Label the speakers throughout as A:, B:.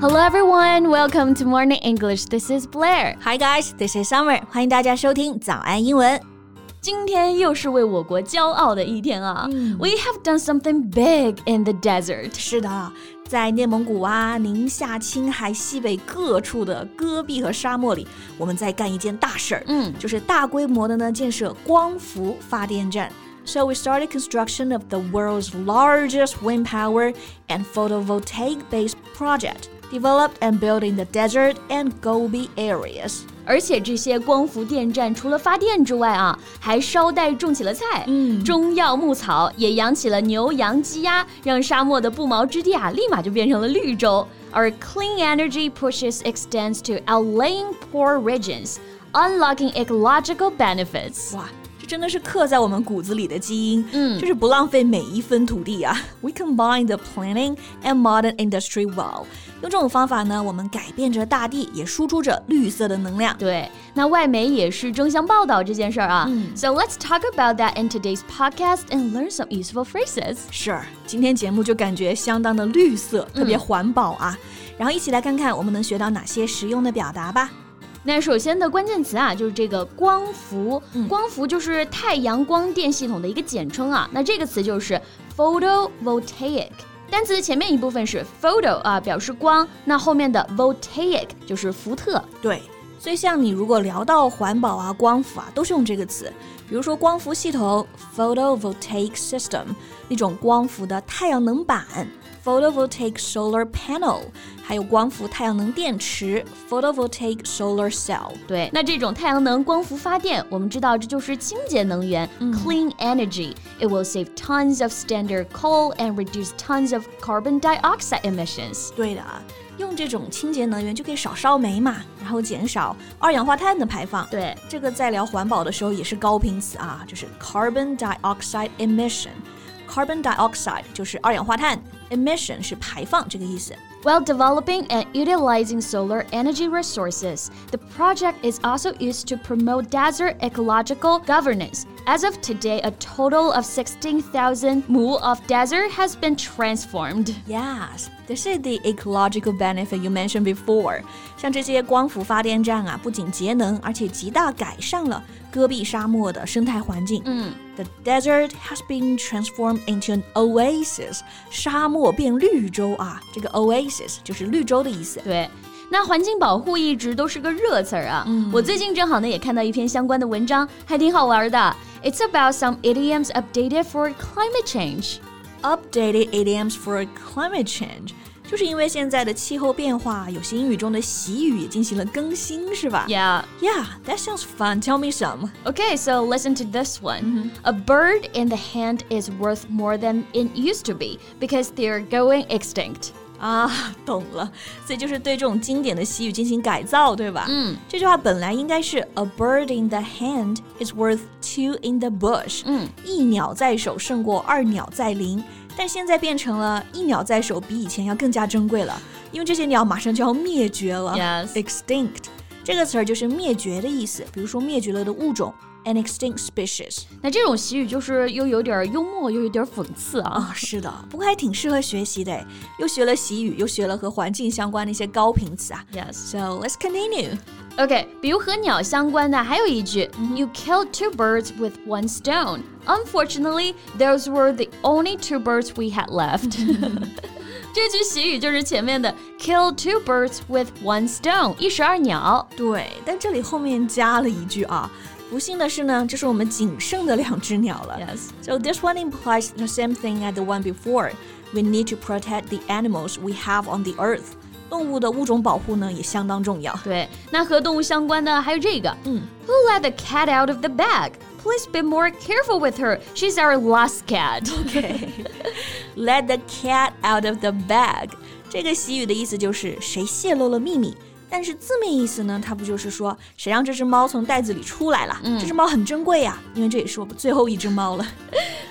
A: Hello everyone, welcome to Morning English. This is Blair.
B: Hi guys, this is Summer. 欢迎大家收听早安英文。
A: 今天又是为我国骄傲的一天啊、w e have done something big in the desert.
B: 是的，在内蒙古啊、宁夏、青海西北各处的戈壁和沙漠里，我们在干一件大事儿，
A: 嗯
B: 就是大规模的呢建设光伏发电站。So we started construction of the world's largest wind power and photovoltaic based project developed and built in the desert and Gobi areas.
A: 而且这些光伏电站除了发电之外啊，还捎带种起了菜，
B: 嗯
A: 中药牧草，也养起了牛羊鸡鸭，让沙漠的不毛之地啊，立马就变成了绿洲。而 clean energy pushes extends to outlying poor regions, unlocking ecological benefits.
B: 哇，这真的是刻在我们骨子里的基因，
A: 嗯
B: 就是不浪费每一分土地啊。We combine the planning and modern industry well，用这种方法呢，我们改变着大地，也输出着绿色的能量。
A: 对，那外媒也是争相报道这件事儿啊。
B: 嗯
A: So let's talk about that in today's podcast and learn some useful phrases.
B: 是，今天节目就感觉相当的绿色，特别环保啊。然后一起来看看我们能学到哪些实用的表达吧。
A: 那首先的关键词啊，就是这个光伏。
B: 嗯
A: 光伏就是太阳光电系统的一个简称啊。那这个词就是 photovoltaic。单词的前面一部分是 photo 啊，表示光，那后面的 voltaic 就是福特。
B: 对，所以像你如果聊到环保啊、光伏啊，都是用这个词。比如说光伏系统 （photovoltaic system），那种光伏的太阳能板 （photovoltaic solar panel），还有光伏太阳能电池 （photovoltaic solar cell）。
A: 对，那这种太阳能光伏发电，我们知道这就是清洁能源、c l e a n energy。It will save tons of standard coal and reduce tons of carbon dioxide emissions。
B: 对的，啊，用这种清洁能源就可以少烧煤嘛，然后减少二氧化碳的排放。
A: 对，
B: 这个在聊环保的时候也是高频词啊，就是 carbon dioxide emission。carbon dioxide 就是二氧化碳，emission 是排放这个意思。
A: While developing and utilizing solar energy resources, the project is also used to promote desert ecological governance. As of today, a total of 16,000 mu of desert has been transformed.
B: Yes, this is the ecological benefit you mentioned before. 像这些光伏发电站啊，不仅节能，而且极大改善了戈壁沙漠的生态环境。嗯，The desert has been transformed into an oasis. 沙漠变绿洲啊，这个 oasis 就是绿洲的意思。
A: 对。那环境保护一直都是个热词儿啊，我最近正好呢也看到一篇相关的文章，还挺好玩的。It's about some idioms updated for climate change.
B: Updated idioms for climate change，就是因为现在的气候变化，有些英语中的习语也进行了更新，是吧
A: Yeah.
B: Yeah, that sounds fun. Tell me some.
A: Okay, so listen to this one. A bird in the hand is worth more than it used to be because they're going extinct.
B: 啊， 懂了，所以就是对这种经典的习语进行改造，对吧？嗯，这句话本来应该是 "A bird in the hand is worth two in the bush"，
A: 嗯，
B: 一鸟在手胜过二鸟在林，但现在变成了一鸟在手比以前要更加珍贵了，因为这些鸟马上就要灭绝了
A: Yes
B: extinct 这个词儿就是灭绝的意思，比如说灭绝了的物种，an extinct species。
A: 那这种习语就是又有点儿幽默，又有点儿讽刺啊。
B: 啊，是的，不过还挺适合学习的诶，哎又学了习语，又学了和环境相关的一些高频词啊。
A: Yes.
B: So let's continue.
A: OK，比如和鸟相关的还有一句、y o u killed two birds with one stone. Unfortunately, those were the only two birds we had left. 这句习语就是前面的 “kill two birds with one stone”，一石二鸟。
B: 对，但这里后面加了一句啊，不幸的是呢，这是我们仅剩的两只鸟了。
A: Yes.
B: So this one implies the same thing as the one before. We need to protect the animals we have on the earth. 动物的物种保护呢也相当重要。
A: 对，那和动物相关的还有这个，
B: 嗯
A: ，Who let the cat out of the bag? Please be more careful with her. She's our lost cat.
B: Let the cat out of the bag，这个习语的意思就是谁泄露了秘密。但是字面意思呢，它不就是说谁让这只猫从袋子里出来了？这只猫很珍贵呀、因为这也是我们最后一只猫了。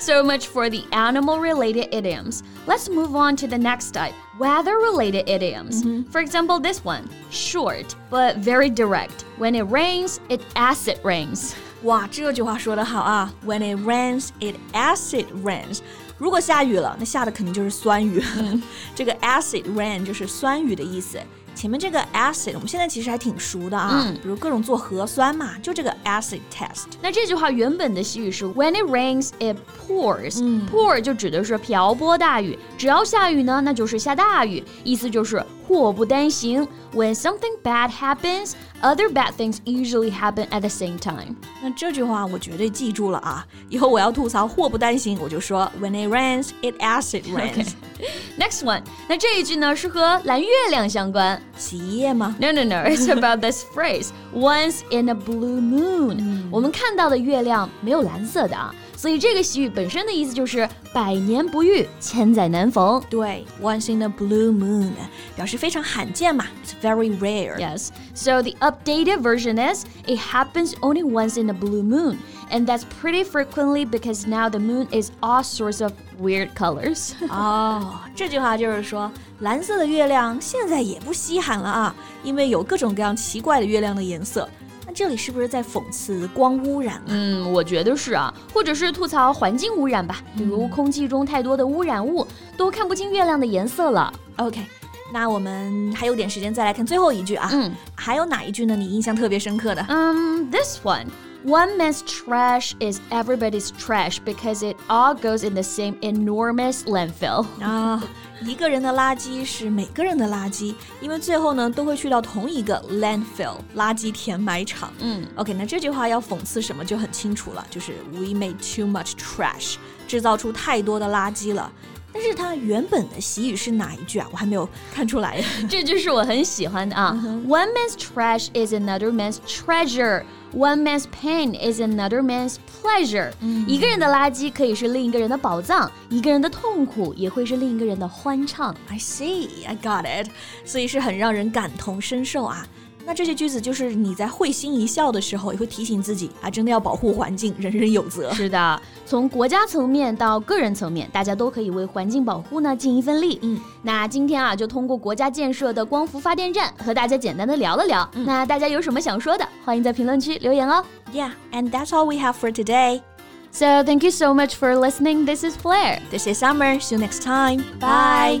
A: So much for the animal related idioms. Let's move on to the next type weather related idioms. For example, this one short but very direct. When it rains, it acid rains.
B: 哇，这句话说得好啊！When it rains, it acid rains。如果下雨了，那下的肯定就是酸雨。 这个 acid rain 就是酸雨的意思。前面这个 acid 我们现在其实还挺熟的啊，
A: 嗯
B: 比如各种做核酸嘛，就这个 acid test。
A: 那这句话原本的西语是 When it rains, it pours、
B: 嗯
A: Pour 就指的是瓢泼大雨，只要下雨呢，那就是下大雨，意思就是祸不单行。When something bad happens, other bad things usually happen at the same time。
B: 那这句话我绝对记住了啊，以后我要吐槽祸不单行，我就说 When it rains, it acid rains。
A: Next one，那这一句呢是和蓝月亮相关。
B: 洗衣液吗？
A: No, no, no. It's about this phrase. Once in a blue moon. 我们看到的月亮没有蓝色的啊，所以这个习语本身的意思就是百年不遇，千载难逢。
B: 对，Once in a blue moon 表示非常罕见嘛，It's very rare。
A: Yes. So the updated version is it happens only once in a blue moon, and that's pretty frequently because now the moon is all sorts of weird colors.
B: 哦，这句话就是说，蓝色的月亮现在也不稀罕了啊，因为有各种各样奇怪的月亮的颜色。那这里是不是在讽刺光污染啊？
A: 嗯，我觉得是啊，或者是吐槽环境污染吧，比如空气中太多的污染物，都看不清月亮的颜色了。
B: OK，那我们还有点时间再来看最后一句啊。
A: 嗯，
B: 还有哪一句呢？你印象特别深刻的？
A: Um, this one. One man's trash is everybody's trash because it all goes in the same enormous landfill.
B: 啊，一个人的垃圾是每个人的垃圾，因为最后呢都会去到同一个 landfill 垃圾填埋场。嗯，OK，那这句话要讽刺什么就很清楚了，就是 we made too much trash，制造出太多的垃圾了。但是它原本的习语是哪一句啊？我还没有看出 来。
A: 这就是我很喜欢的啊。One man's trash is another man's treasure. One man's pain is another man's pleasure. 一个人的垃圾可以是另一个人的宝藏，一个人的痛苦也会是另一个人的欢畅。
B: I see, I got it，所以是很让人感同身受啊。那这些句子就是你在会心一笑的时候，也会提醒自己啊，真的要保护环境，人人有责。
A: 是的，从国家层面到个人层面，大家都可以为环境保护呢尽一份力。
B: 嗯，
A: 那今天啊，就通过国家建设的光伏发电站和大家简单的聊了聊。那大家有什么想说的，欢迎在评论区留言哦。
B: Yeah, and that's all we have for today.
A: So thank you so much for listening. This is Flair.
B: This is Summer. See you next time.
A: Bye.
B: Bye.